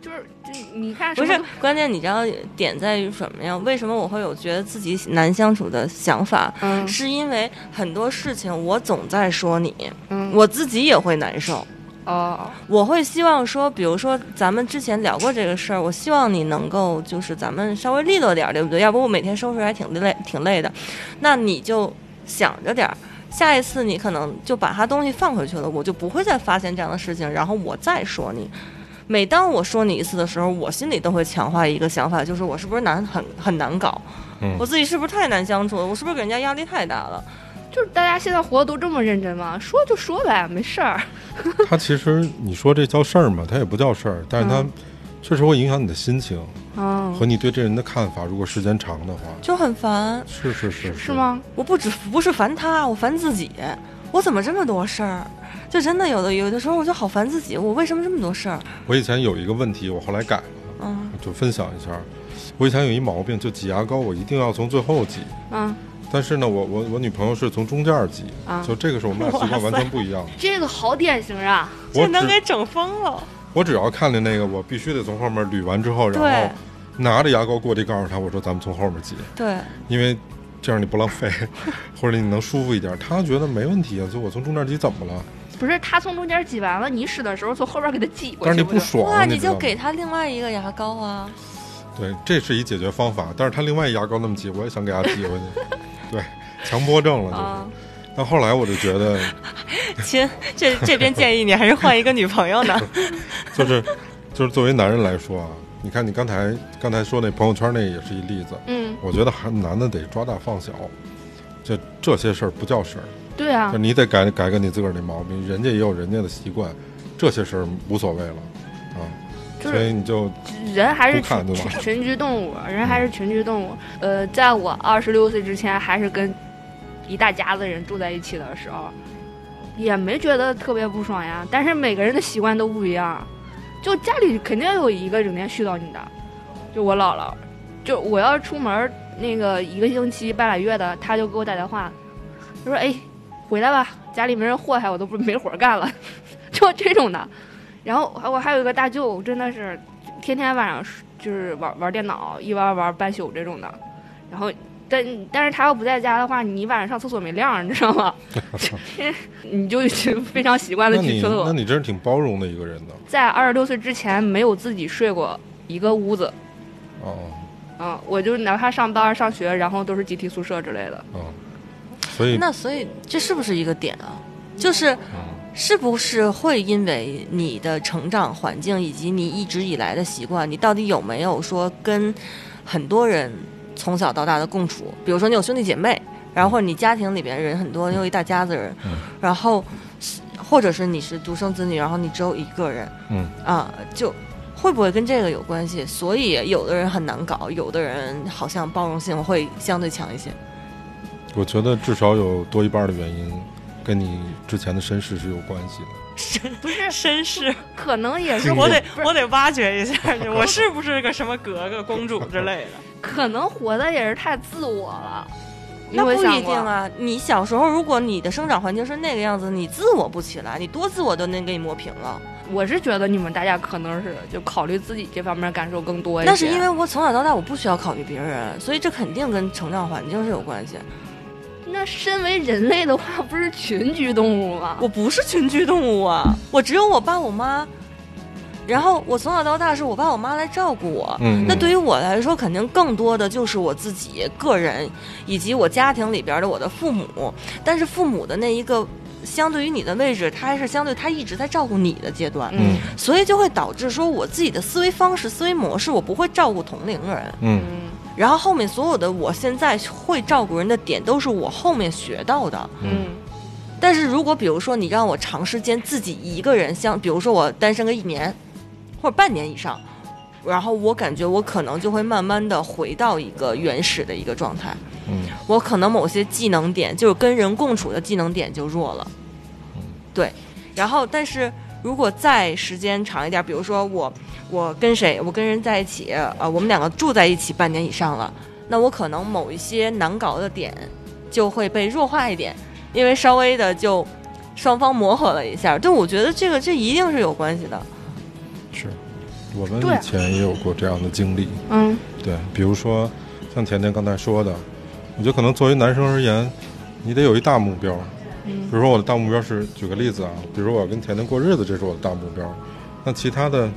[SPEAKER 2] 就是就你看
[SPEAKER 1] 不
[SPEAKER 2] 什
[SPEAKER 1] 是
[SPEAKER 2] 么，
[SPEAKER 1] 关键你知道点在于什么呀？为什么我会有觉得自己难相处的想法？
[SPEAKER 2] 嗯
[SPEAKER 1] 是因为很多事情我总在说你，
[SPEAKER 2] 嗯
[SPEAKER 1] 我自己也会难受。
[SPEAKER 2] 哦
[SPEAKER 1] 我会希望说，比如说咱们之前聊过这个事儿，我希望你能够就是咱们稍微利落点儿，对不对？要不我每天收拾还挺累，挺累的。那你就想着点儿，下一次你可能就把他东西放回去了，我就不会再发现这样的事情，然后我再说你。每当我说你一次的时候，我心里都会强化一个想法，就是我是不是难很很难搞，
[SPEAKER 3] 嗯
[SPEAKER 1] 我自己是不是太难相处了，我是不是给人家压力太大了？
[SPEAKER 2] 就是大家现在活得都这么认真吗？说就说呗，没事儿。
[SPEAKER 3] 它其实你说这叫事儿吗？它也不叫事儿，但是它
[SPEAKER 2] 嗯
[SPEAKER 3] 确实会影响你的心情
[SPEAKER 2] 嗯
[SPEAKER 3] 和，你对这人的看法。如果时间长的话，
[SPEAKER 1] 就很烦。
[SPEAKER 3] 是是是
[SPEAKER 2] 是？吗？
[SPEAKER 1] 我不止不是烦他，我烦自己，我怎么这么多事儿？就真的有的有的时候我就好烦自己，我为什么这么多事儿？
[SPEAKER 3] 我以前有一个问题，我后来改了，
[SPEAKER 1] 嗯
[SPEAKER 3] 就分享一下。我以前有一毛病，就挤牙膏，我一定要从最后挤。
[SPEAKER 2] 嗯，
[SPEAKER 3] 但是呢，我我我女朋友是从中间挤，
[SPEAKER 2] 啊
[SPEAKER 3] 就这个是我们俩习惯完全不一样。
[SPEAKER 2] 这个好典型啊！
[SPEAKER 1] 这
[SPEAKER 3] 我
[SPEAKER 1] 能给
[SPEAKER 3] 只
[SPEAKER 1] 整疯了。
[SPEAKER 3] 我只要看见那个，我必须得从后面捋完之后，然
[SPEAKER 1] 对
[SPEAKER 3] 后拿着牙膏过去告诉她，我说咱们从后面挤。
[SPEAKER 1] 对，
[SPEAKER 3] 因为这样你不浪费， 或者你能舒服一点。他觉得没问题啊，就我从中间挤怎么了？
[SPEAKER 2] 不是他从中间挤完了，你使的时候从后边给他挤过
[SPEAKER 3] 但
[SPEAKER 2] 去，
[SPEAKER 3] 是你不
[SPEAKER 2] 就
[SPEAKER 3] 爽啊，
[SPEAKER 1] 哇，你
[SPEAKER 3] 知道
[SPEAKER 1] 就
[SPEAKER 3] 吗
[SPEAKER 1] 给他另外一个牙膏啊！
[SPEAKER 3] 对，这是一解决方法。但是他另外一牙膏那么挤，我也想给他挤回 去，对，强迫症了就是。
[SPEAKER 2] 啊，
[SPEAKER 3] 但后来我就觉得，
[SPEAKER 1] 亲，这这边建议你还是换一个女朋 友呢。
[SPEAKER 3] 就是就是作为男人来说啊，你看你刚才刚才说那朋友圈那也是一例子，
[SPEAKER 2] 嗯，
[SPEAKER 3] 我觉得还男的得抓大放小。这这些事儿不叫事儿，
[SPEAKER 2] 对啊
[SPEAKER 3] 就，你得改改改你自个儿那毛病，人家也有人家的习惯，这些事儿无所谓了啊。
[SPEAKER 2] 就
[SPEAKER 3] 所
[SPEAKER 2] 是
[SPEAKER 3] 以你就
[SPEAKER 2] 人还是
[SPEAKER 3] 不看
[SPEAKER 2] 群
[SPEAKER 3] 对吧嗯
[SPEAKER 2] 群群居动物，人还是群居动物。呃，在我二十六岁之前，还是跟一大家子人住在一起的时候，也没觉得特别不爽呀。但是每个人的习惯都不一样，就家里肯定有一个整天絮叨你的，就我姥姥，就我要出门儿那个一个星期半俩月的，她就给我打电话，她说：“哎，回来吧，家里没人祸害我，都不没活儿干了。” 就这种的。然后我还有一个大舅，真的是天天晚上睡就是玩玩电脑，一玩玩半宿这种的。然后，但但是他要不在家的话，你晚上上厕所没亮，你知道吗？ 你就已经非常习惯的
[SPEAKER 3] 那
[SPEAKER 2] 去
[SPEAKER 3] 你
[SPEAKER 2] 厕
[SPEAKER 3] 那
[SPEAKER 2] 所。
[SPEAKER 3] 你真是挺包容的一个人呢。
[SPEAKER 2] 在二十六岁之前，没有自己睡过一个屋子。
[SPEAKER 3] 哦
[SPEAKER 2] 嗯，我就哪怕上班上学，然后都是集体宿舍之类的。
[SPEAKER 3] 哦，所以
[SPEAKER 1] 那所以这是不是一个点啊？就是
[SPEAKER 3] 嗯
[SPEAKER 1] 是不是会因为你的成长环境以及你一直以来的习惯，你到底有没有说跟很多人从小到大的共处？比如说你有兄弟姐妹，然后或者你家庭里边人很多，又一大家子人，
[SPEAKER 3] 嗯
[SPEAKER 1] 然后或者是你是独生子女，然后你只有一个人，
[SPEAKER 3] 嗯
[SPEAKER 1] 啊，就会不会跟这个有关系？所以有的人很难搞，有的人好像包容性会相对强一些。
[SPEAKER 3] 我觉得至少有多一半的原因跟你之前的身世是有关系的。
[SPEAKER 2] 不是，
[SPEAKER 1] 绅士。
[SPEAKER 2] 可能也是
[SPEAKER 3] 经
[SPEAKER 2] 我
[SPEAKER 1] 我得
[SPEAKER 2] 不是
[SPEAKER 1] 我得挖掘一下你，我是不是个什么格格公主之类的？
[SPEAKER 2] 可能活的也是太自我了。你
[SPEAKER 1] 那
[SPEAKER 2] 有没
[SPEAKER 1] 不
[SPEAKER 2] 有想
[SPEAKER 1] 一定
[SPEAKER 2] 过，
[SPEAKER 1] 啊！你小时候如果你的生长环境是那个样子，你自我不起来，你多自我都能给你磨平了。
[SPEAKER 2] 我是觉得你们大家可能是就考虑自己这方面感受更多一些。
[SPEAKER 1] 那是因为我从小到大我不需要考虑别人，所以这肯定跟成长环境是有关系。
[SPEAKER 2] 那身为人类的话，不是群居动物吗？
[SPEAKER 1] 我不是群居动物啊，我只有我爸我妈，然后我从小到大是我爸我妈来照顾我。
[SPEAKER 3] 嗯
[SPEAKER 1] 那对于我来说，肯定更多的就是我自己个人，以及我家庭里边的我的父母。但是父母的那一个，相对于你的位置，他还是相对他一直在照顾你的阶段，
[SPEAKER 2] 嗯
[SPEAKER 1] 所以就会导致说我自己的思维方式、思维模式，我不会照顾同龄人。
[SPEAKER 3] 嗯
[SPEAKER 2] 嗯
[SPEAKER 1] 然后后面所有的我现在会照顾人的点，都是我后面学到的。
[SPEAKER 2] 嗯
[SPEAKER 1] 但是如果比如说你让我长时间自己一个人相，比如说我单身个一年或者半年以上，然后我感觉我可能就会慢慢的回到一个原始的一个状态，
[SPEAKER 3] 嗯
[SPEAKER 1] 我可能某些技
[SPEAKER 3] 嗯
[SPEAKER 1] 能点就是跟人共处的技能点就弱了，对，然后但是如果再时间长一点，比如说我我跟谁，我跟人在一起，呃，我们两个住在一起半年以上了，那我可能某一些难搞的点就会被弱化一点，因为稍微的就双方磨合了一下。就我觉得这个这一定是有关系的。
[SPEAKER 3] 是，我们
[SPEAKER 1] 啊
[SPEAKER 2] 对
[SPEAKER 3] 以前也有过这样的经历。
[SPEAKER 2] 嗯，
[SPEAKER 3] 对，比如说像甜甜刚才说的，我觉得可能作为男生而言，你得有一大目标。
[SPEAKER 2] 嗯
[SPEAKER 3] 比如说我的大目标是，举个例子啊，比如说我要跟甜甜过日子，这是我的大目标。那其他的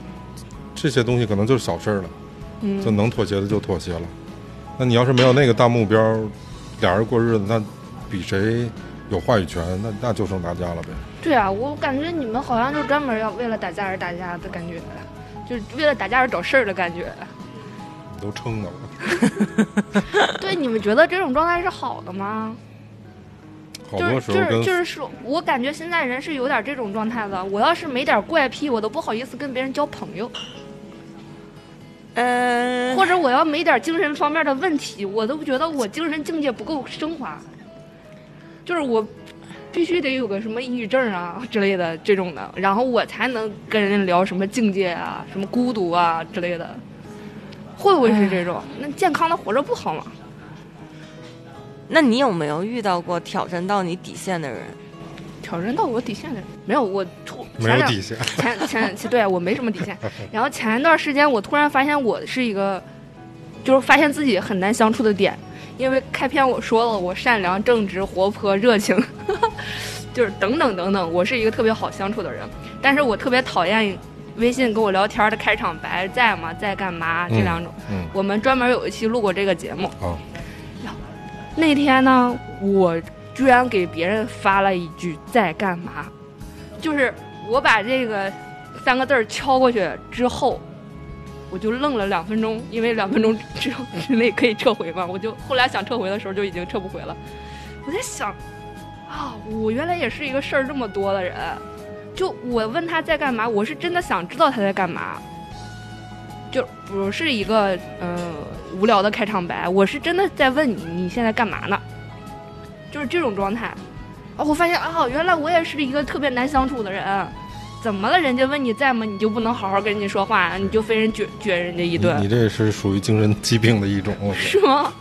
[SPEAKER 3] 这些东西可能就是小事儿了，
[SPEAKER 2] 嗯
[SPEAKER 3] 就能妥协的就妥协了。那你要是没有那个大目标，俩人过日子，那比谁有话语权，那那就剩打架了呗。
[SPEAKER 2] 对啊，我感觉你们好像就专门要为了打架而打架的感觉，就是为了打架而找事儿的感觉。
[SPEAKER 3] 都撑着了，
[SPEAKER 2] 对，你们觉得这种状态是好的吗？
[SPEAKER 3] 好
[SPEAKER 2] 就
[SPEAKER 3] 多
[SPEAKER 2] 是
[SPEAKER 3] 时
[SPEAKER 2] 就
[SPEAKER 3] 候
[SPEAKER 2] 是
[SPEAKER 3] 跟
[SPEAKER 2] 就是说，我感觉现在人是有点这种状态的。我要是没点怪癖，我都不好意思跟别人交朋友，
[SPEAKER 1] 嗯，
[SPEAKER 2] 或者我要没点精神方面的问题，我都觉得我精神境界不够升华。就是我必须得有个什么抑郁症啊之类的这种的，然后我才能跟人家聊什么境界啊、什么孤独啊之类的。会不会是这种？那健康的活着不好吗？
[SPEAKER 1] 那你有没有遇到过挑战到你底线的人？
[SPEAKER 2] 挑战到我底线的人没有，我突
[SPEAKER 3] 没
[SPEAKER 2] 前
[SPEAKER 3] 有
[SPEAKER 2] 两
[SPEAKER 3] 底线。
[SPEAKER 2] 前前前对我没什么底线。然后前一段时间，我突然发现我是一个，就是发现自己很难相处的点，因为开篇我说了，我善良、正直、活泼、热情， 就是等等等等，我是一个特别好相处的人。但是我特别讨厌微信跟我聊天的开场白，在吗？在干嘛？这两种。
[SPEAKER 3] 嗯，
[SPEAKER 2] 我们专门有一期录过这个节目。
[SPEAKER 3] 啊
[SPEAKER 2] 那天呢，我居然给别人发了一句“在干嘛”，就是我把这个三个字儿敲过去之后，我就愣了两分钟，因为两分钟之后之内可以撤回嘛，我就后来想撤回的时候就已经撤不回了。我在想，啊，我原来也是一个事儿这么多的人，就我问他在干嘛，我是真的想知道他在干嘛。就不是一个嗯、呃无聊的开场白，我是真的在问你你现在干嘛呢？就是这种状态。哦，我发现啊、原来我也是一个特别难相处的人。怎么了？人家问你在吗？你就不能好好跟人家说话，你就非人撅撅人家一
[SPEAKER 3] 嗯你
[SPEAKER 2] 顿
[SPEAKER 3] 你，这是属于精神疾病的一种，我觉得
[SPEAKER 2] 是吗？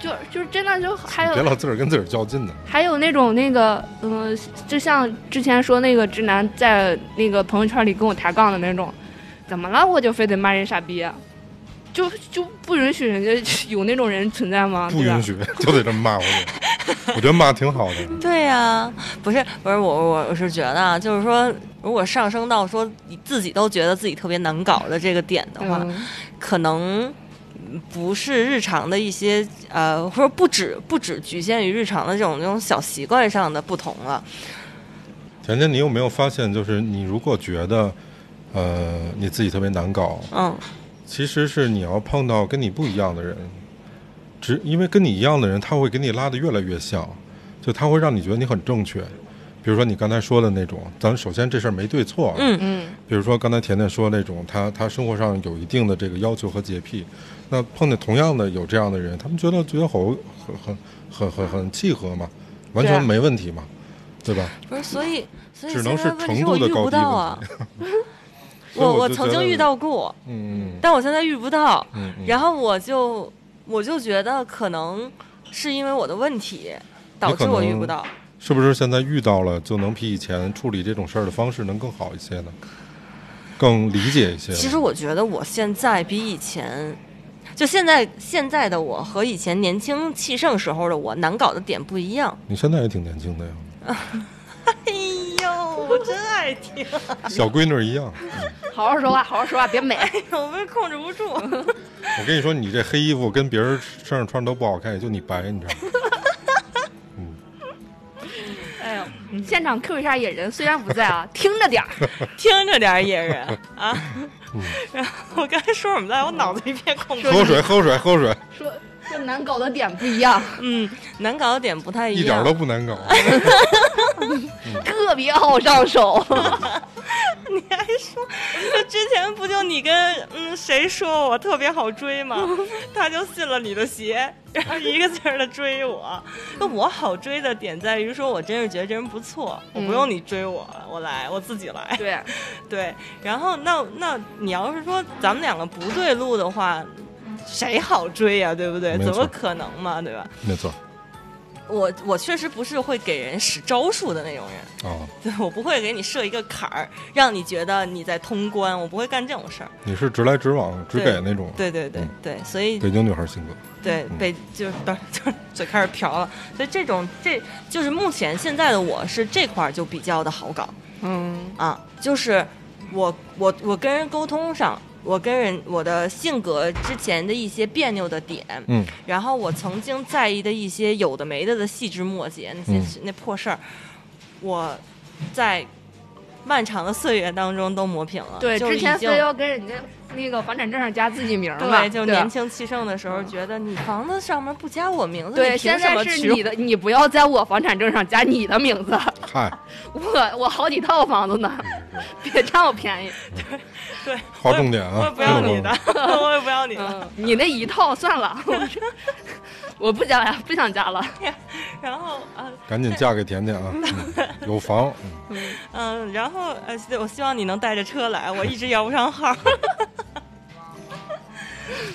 [SPEAKER 2] 就就是真的就还有
[SPEAKER 3] 别老自个儿跟自个儿较劲呢。
[SPEAKER 2] 还有那种那个，嗯、就像之前说那个直男在那个朋友圈里跟我抬杠的那种，怎么了我就非得骂人傻逼、啊，就就不允许人家 有那种人存在吗？
[SPEAKER 3] 不
[SPEAKER 2] 啊对吧
[SPEAKER 3] 允？许就得这么骂我。我觉得骂挺好的，
[SPEAKER 1] 对呀、不是不是我我我是觉得啊，就是说，如果上升到说你自己都觉得自己特别难搞的这个点的话，
[SPEAKER 2] 嗯，
[SPEAKER 1] 可能嗯不是日常的一些呃，或者不止不止局限于日常的这种这种小习惯上的不同了。
[SPEAKER 3] 甜甜，你有没有发现，就是你如果觉得，呃，你自己特别难搞，
[SPEAKER 1] 嗯，
[SPEAKER 3] 其实是你要碰到跟你不一样的人，只因为跟你一样的人，他会给你拉得越来越像，就他会让你觉得你很正确。比如说你刚才说的那种，咱首先这事儿没对错啊，
[SPEAKER 1] 嗯
[SPEAKER 2] 嗯，
[SPEAKER 3] 比如说刚才甜甜说那种，她她生活上有一定的这个要求和洁癖，那碰见同样的有这样的人，他们觉得觉得好很很很很很契合嘛，完
[SPEAKER 2] 对
[SPEAKER 3] 全
[SPEAKER 2] 啊
[SPEAKER 3] 没问题嘛，对吧？
[SPEAKER 1] 不是，所以所以
[SPEAKER 3] 只
[SPEAKER 1] 现
[SPEAKER 3] 能
[SPEAKER 1] 在
[SPEAKER 3] 是
[SPEAKER 1] 问题
[SPEAKER 3] 程
[SPEAKER 1] 是
[SPEAKER 3] 度
[SPEAKER 1] 我
[SPEAKER 3] 的
[SPEAKER 1] 遇
[SPEAKER 3] 高
[SPEAKER 1] 不
[SPEAKER 3] 低
[SPEAKER 1] 到
[SPEAKER 3] 问
[SPEAKER 1] 啊，
[SPEAKER 3] 所以
[SPEAKER 1] 我
[SPEAKER 3] 我就
[SPEAKER 1] 曾
[SPEAKER 3] 觉
[SPEAKER 1] 经
[SPEAKER 3] 得
[SPEAKER 1] 遇到过，
[SPEAKER 3] 嗯嗯
[SPEAKER 1] 但我现在遇不到，
[SPEAKER 3] 嗯嗯，
[SPEAKER 1] 然后我就我就觉得可能是因为我的问题导
[SPEAKER 3] 你可
[SPEAKER 1] 致我遇
[SPEAKER 3] 能
[SPEAKER 1] 不到。
[SPEAKER 3] 是不是现在遇到了就能比以前处理这种事儿的方式能更好一些呢？更理解一些呢？
[SPEAKER 1] 其实我觉得我现在比以前，就现在现在的我和以前年轻气盛时候的我难搞的点不一样。
[SPEAKER 3] 你现在也挺年轻的呀，
[SPEAKER 1] 哎呦，我真爱听，
[SPEAKER 3] 小闺女儿一样。
[SPEAKER 2] 好好说话，好好说话，别美。
[SPEAKER 1] 我被控制 不住。
[SPEAKER 3] 我跟你说，你这黑衣服跟别人身上穿都不好看，也就你白，你知道吗？嗯。
[SPEAKER 2] 哎呦，现场 Q 一下野人，虽然不在 啊，听着点儿。
[SPEAKER 1] 听着点儿野人啊。然后我刚才说什么来？我脑子一片空白。
[SPEAKER 3] 嗯喝水，喝水，喝水，
[SPEAKER 2] 说说难搞的点不一样，
[SPEAKER 1] 嗯，难搞的点不太
[SPEAKER 3] 一
[SPEAKER 1] 一
[SPEAKER 3] 点
[SPEAKER 1] 样。
[SPEAKER 3] 儿都不难搞。
[SPEAKER 2] 嗯 特别好上手。
[SPEAKER 1] 还说，就之前不就你跟嗯谁说我特别好追 吗？他就信了你的邪，然后一个劲儿的追我。那我好追的点在于说，我真是觉得这人不错，我不用你追我了，我来我自己来。
[SPEAKER 2] 对，
[SPEAKER 1] 对，然后那那你要是说咱们两个不对路的话，谁好追呀、对不对？
[SPEAKER 3] 没
[SPEAKER 1] 怎么
[SPEAKER 3] 错
[SPEAKER 1] 可能嘛，对吧？
[SPEAKER 3] 没错
[SPEAKER 1] 我我确实不是会给人使招数的那种人，
[SPEAKER 3] 啊，
[SPEAKER 1] 对我不会给你设一个坎儿，让你觉得你在通关，我不会干这种事儿。
[SPEAKER 3] 你是直来直往、直给那种
[SPEAKER 1] 对对对
[SPEAKER 3] 嗯
[SPEAKER 1] 对，所以
[SPEAKER 3] 北京女孩性格。
[SPEAKER 1] 对
[SPEAKER 3] 嗯
[SPEAKER 1] 被就是不是就是 嘴开始瓢了，所以这种这就是目前现在的我是这块儿就比较的好搞
[SPEAKER 2] 嗯
[SPEAKER 1] 啊，就是我我我跟人沟通上。我跟人我的性格之前的一些别扭的点，
[SPEAKER 3] 嗯，
[SPEAKER 1] 然后我曾经在意的一些有的没的的细枝末节，那些、
[SPEAKER 3] 嗯
[SPEAKER 1] 那破事儿，我在漫长的岁月当中都磨平了。
[SPEAKER 2] 对，
[SPEAKER 1] 就
[SPEAKER 2] 之前
[SPEAKER 1] 已经
[SPEAKER 2] 非要跟人家那个房产证上加自己名儿嘛，
[SPEAKER 1] 对，就年轻气盛的时候，
[SPEAKER 2] 嗯
[SPEAKER 1] 觉得你房子上面不加我名字，
[SPEAKER 2] 对，
[SPEAKER 1] 你凭
[SPEAKER 2] 现
[SPEAKER 1] 什
[SPEAKER 2] 在
[SPEAKER 1] 么娶
[SPEAKER 2] 是你的，你不要在我房产证上加你的名字，
[SPEAKER 3] 嗨，
[SPEAKER 2] 我我好几套房子呢，
[SPEAKER 3] 嗯
[SPEAKER 2] 别占我便宜。
[SPEAKER 1] 对，
[SPEAKER 3] 划重点
[SPEAKER 1] 我也
[SPEAKER 3] 啊，
[SPEAKER 1] 不要你的， 我也不要你的。
[SPEAKER 2] 嗯，你那一套算了，我这我不加了，不想加了。
[SPEAKER 1] 然后呃
[SPEAKER 3] 赶紧嫁给甜 甜啊，嗯有房，嗯
[SPEAKER 1] 嗯，然后呃，我希望你能带着车来，我一直摇不上号。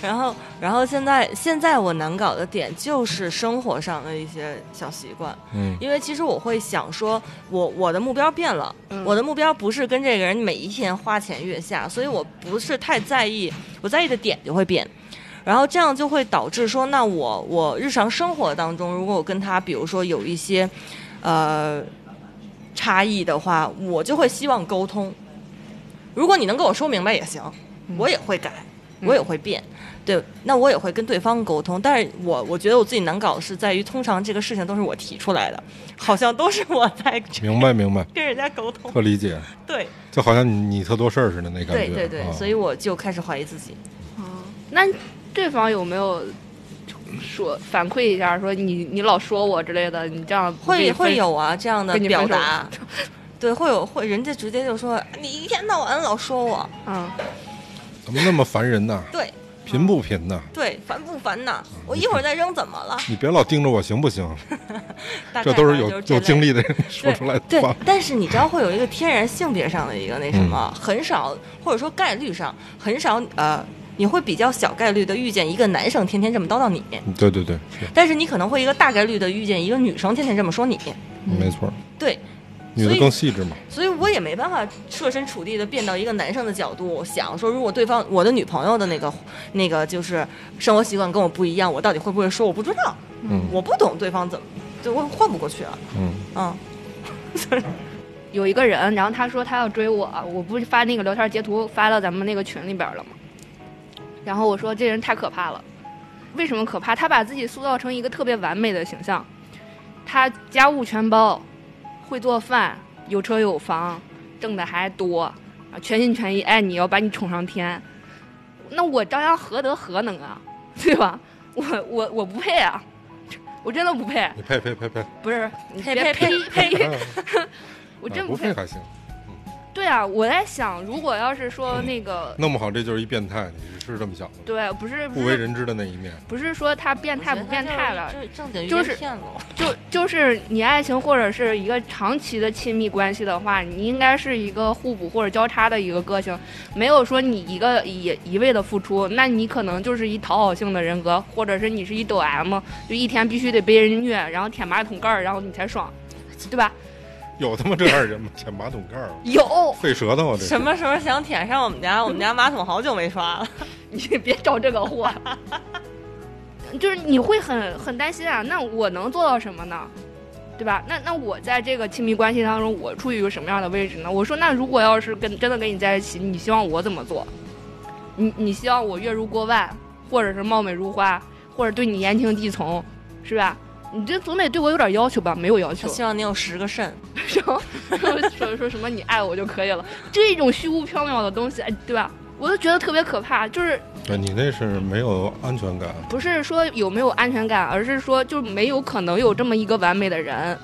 [SPEAKER 1] 然后，然后现在现在我难搞的点就是生活上的一些小习惯，
[SPEAKER 3] 嗯
[SPEAKER 1] 因为其实我会想说，我我的目标变了，
[SPEAKER 2] 嗯
[SPEAKER 1] 我的目标不是跟这个人每一天花前月下，所以我不是太在意，我在意的点就会变，然后这样就会导致说，那我我日常生活当中，如果我跟他比如说有一些，呃，差异的话，我就会希望沟通。如果你能跟我说明白也行，我也会改，我也会变。对，那我也会跟对方沟通，但是我我觉得我自己难搞的是在于，通常这个事情都是我提出 来的，好像都是我在
[SPEAKER 3] 明白明白，
[SPEAKER 1] 跟人家沟 通。
[SPEAKER 3] 特理解，
[SPEAKER 1] 对
[SPEAKER 3] 就好像你你特多事儿似的那感
[SPEAKER 1] 对
[SPEAKER 3] 觉。
[SPEAKER 1] 对对，
[SPEAKER 3] 啊
[SPEAKER 1] 所以我就开始怀疑自己。
[SPEAKER 2] 那对方有没有说反馈一下，说你你老说我之类的，你这样不
[SPEAKER 1] 会
[SPEAKER 2] 给分
[SPEAKER 1] 会有啊这样的
[SPEAKER 2] 跟你分
[SPEAKER 1] 表
[SPEAKER 2] 手
[SPEAKER 1] 达， 对，会有会人家直接就说你一天到晚老说我，
[SPEAKER 2] 嗯，
[SPEAKER 3] 怎么那么烦人呢？
[SPEAKER 1] 对
[SPEAKER 3] 贫不贫呢？
[SPEAKER 1] 对，烦不烦呐？我一会儿再扔怎么了？
[SPEAKER 3] 你别老盯着我行不行？
[SPEAKER 1] 大
[SPEAKER 3] 这
[SPEAKER 1] 概
[SPEAKER 3] 都
[SPEAKER 1] 吧
[SPEAKER 3] 是有
[SPEAKER 1] 就是这
[SPEAKER 3] 有经
[SPEAKER 1] 类
[SPEAKER 3] 历的人 说
[SPEAKER 1] 对
[SPEAKER 3] 出来的
[SPEAKER 1] 对
[SPEAKER 3] 话。，嗯
[SPEAKER 1] 但是你知道会有一个天然性别上的一个那什么，很少或者说概率上很少呃，你会比较小概率的遇见一个男生天天这么叨叨你，
[SPEAKER 3] 嗯对对对，是
[SPEAKER 1] 但是你可能会一个大概率的遇见一个女生天天这么说你。
[SPEAKER 3] 没错，
[SPEAKER 1] 对，
[SPEAKER 3] 女的更细致嘛。
[SPEAKER 1] 嗯所以我也没办法设身处地的变到一个男生的角度想说，如果对方我的女朋友的那个那个就是生活习惯跟我不一样，我到底会不会说我不知道，
[SPEAKER 3] 嗯
[SPEAKER 1] 我不懂对方怎么，就我混不过去啊，
[SPEAKER 3] 嗯，
[SPEAKER 1] 嗯，
[SPEAKER 2] 有一个人，然后他说他要追我，我不是发那个聊天截图发到咱们那个群里边了吗？然后我说这人太可怕了，为什么可怕？他把自己塑造成一个特别完美的形象，他家务全包，会做饭，有车有房，挣的还多，啊，全心全意爱你，要把你宠上天。那我张扬何德何能啊，对吧？我我我不配啊，我真的不配，
[SPEAKER 3] 你配配配配，
[SPEAKER 2] 不是，你
[SPEAKER 1] 呸
[SPEAKER 2] 别
[SPEAKER 1] 呸
[SPEAKER 2] 呸 呸，
[SPEAKER 3] 哎
[SPEAKER 2] 我真
[SPEAKER 3] 啊不
[SPEAKER 2] 不配
[SPEAKER 3] 配。还行，
[SPEAKER 2] 对啊，我在想，如果要是说那个，
[SPEAKER 3] 弄不好这就是一变态，你是这么想的吗？
[SPEAKER 2] 对，不是
[SPEAKER 3] 嗯不
[SPEAKER 2] 不
[SPEAKER 3] 为
[SPEAKER 2] 是
[SPEAKER 3] 人知的那一面，
[SPEAKER 2] 不是说他变态不变态了，
[SPEAKER 1] 就是正经
[SPEAKER 2] 就是
[SPEAKER 1] 骗子，
[SPEAKER 2] 就就是你爱情或者是一个长期的亲密关系的话，你应该是一个互补或者交叉的一个个性，没有说你一个一一味的付出，那你可能就是一讨好性的人格，或者是你是一抖 M，就一天必须得被人虐，然后舔马桶盖儿，然后你才爽，对吧？
[SPEAKER 3] 有他妈这样人吗？ 舔马桶盖儿，啊
[SPEAKER 2] 有，
[SPEAKER 3] 费舌头啊！这
[SPEAKER 1] 什么时候想舔上我们家？我们家马桶好久没刷了。
[SPEAKER 2] 你别找这个货。 就是你会很很担心啊，那我能做到什么呢？对吧？那那我在这个亲密关系当中，我处于一个什么样的位置呢？我说，那如果要是跟真的跟你在一起，你希望我怎么做？你你希望我月入过万，或者是貌美如花，或者对你言听计从，是吧？你这总得对我有点要求吧？没有要求
[SPEAKER 1] 他，希望你有十个肾，
[SPEAKER 2] 然后说说什么你爱我就可以了，这种虚无缥缈的东西，哎，对吧？我都觉得特别可怕，就是
[SPEAKER 3] 对哎你那是没有安全感，啊
[SPEAKER 2] 不是说有没有安全感，而是说就没有可能有这么一个完美的人。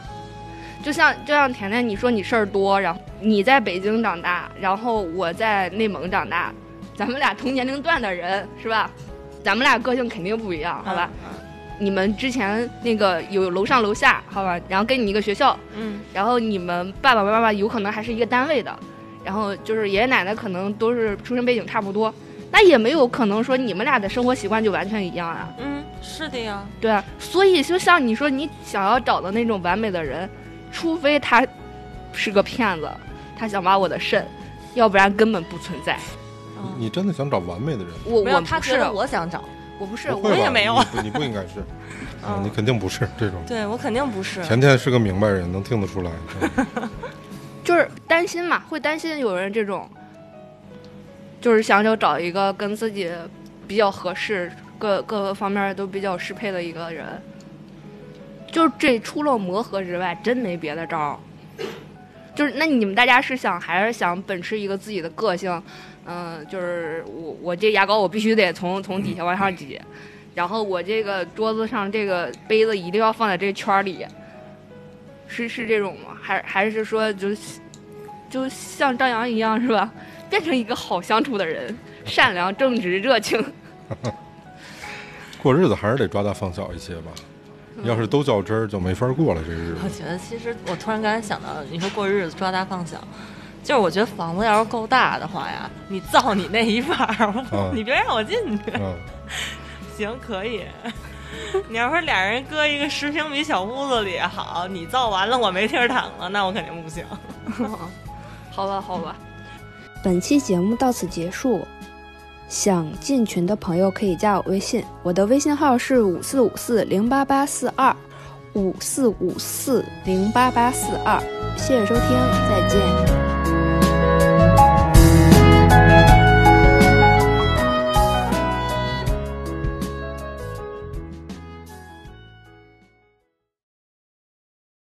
[SPEAKER 2] 就像就像甜甜，你说你事儿多，然后你在北京长大，然后我在内蒙长大，咱们俩同年龄段的人是吧？咱们俩个性肯定不一样，好吧？你们之前那个有楼上楼下，好吧？然后跟你一个学校，
[SPEAKER 1] 嗯，
[SPEAKER 2] 然后你们爸爸妈妈有可能还是一个单位的，然后就是爷爷奶奶可能都是出身背景差不多，那也没有可能说你们俩的生活习惯就完全一样啊。
[SPEAKER 1] 嗯，是的呀，
[SPEAKER 2] 对啊，所以就像你说，你想要找的那种完美的人，除非他是个骗子，他想挖我的肾，要不然根本不存在。
[SPEAKER 1] 嗯
[SPEAKER 3] 你真的想找完美的人？
[SPEAKER 2] 我
[SPEAKER 1] 没有
[SPEAKER 2] 我
[SPEAKER 1] 他
[SPEAKER 2] 不
[SPEAKER 1] 觉
[SPEAKER 2] 是，
[SPEAKER 1] 得
[SPEAKER 2] 我
[SPEAKER 1] 我想找，
[SPEAKER 2] 我不是，
[SPEAKER 3] 不会
[SPEAKER 2] 我
[SPEAKER 3] 吧
[SPEAKER 1] 也没有
[SPEAKER 3] 你不你不应该 是，啊，你肯定不是这种。
[SPEAKER 1] 嗯对我肯定不是，
[SPEAKER 3] 甜甜是个明白人，能听得出来。嗯
[SPEAKER 2] 就是担心嘛，会担心有人这种，就是想要找一个跟自己比较合适，各各个方面都比较适配的一个人。就是这除了磨合之外，真没别的招儿。嗯就是那你们大家是想还是想秉持一个自己的个性，嗯、就是我我这牙膏我必须得从从底下往上挤，然后我这个桌子上这个杯子一定要放在这个圈儿里，是是这种吗？还还是说就是就像张扬一样是吧？变成一个好相处的人，善良、正直、热情。
[SPEAKER 3] 过日子还是得抓大放小一些吧。
[SPEAKER 1] 嗯
[SPEAKER 3] 要是都较真儿，就没法过了这个日
[SPEAKER 1] 我
[SPEAKER 3] 子。
[SPEAKER 1] 觉得其实我突然刚才想到，你说过日子抓大放小，就是我觉得房子要是够大的话呀，你造你那一半儿，
[SPEAKER 3] 嗯
[SPEAKER 1] 你别让我进去。
[SPEAKER 3] 嗯，
[SPEAKER 1] 行，可以。 你要说俩人搁一个十平米小屋子里，好，你造完了我没地儿躺了，那我肯定不行。
[SPEAKER 2] 好吧，好吧，
[SPEAKER 4] 本期节目到此结束。想进群的朋友可以加我微信，我的微信号是五四五四零八八四二，五四五四零八八四二。谢谢收听，再见。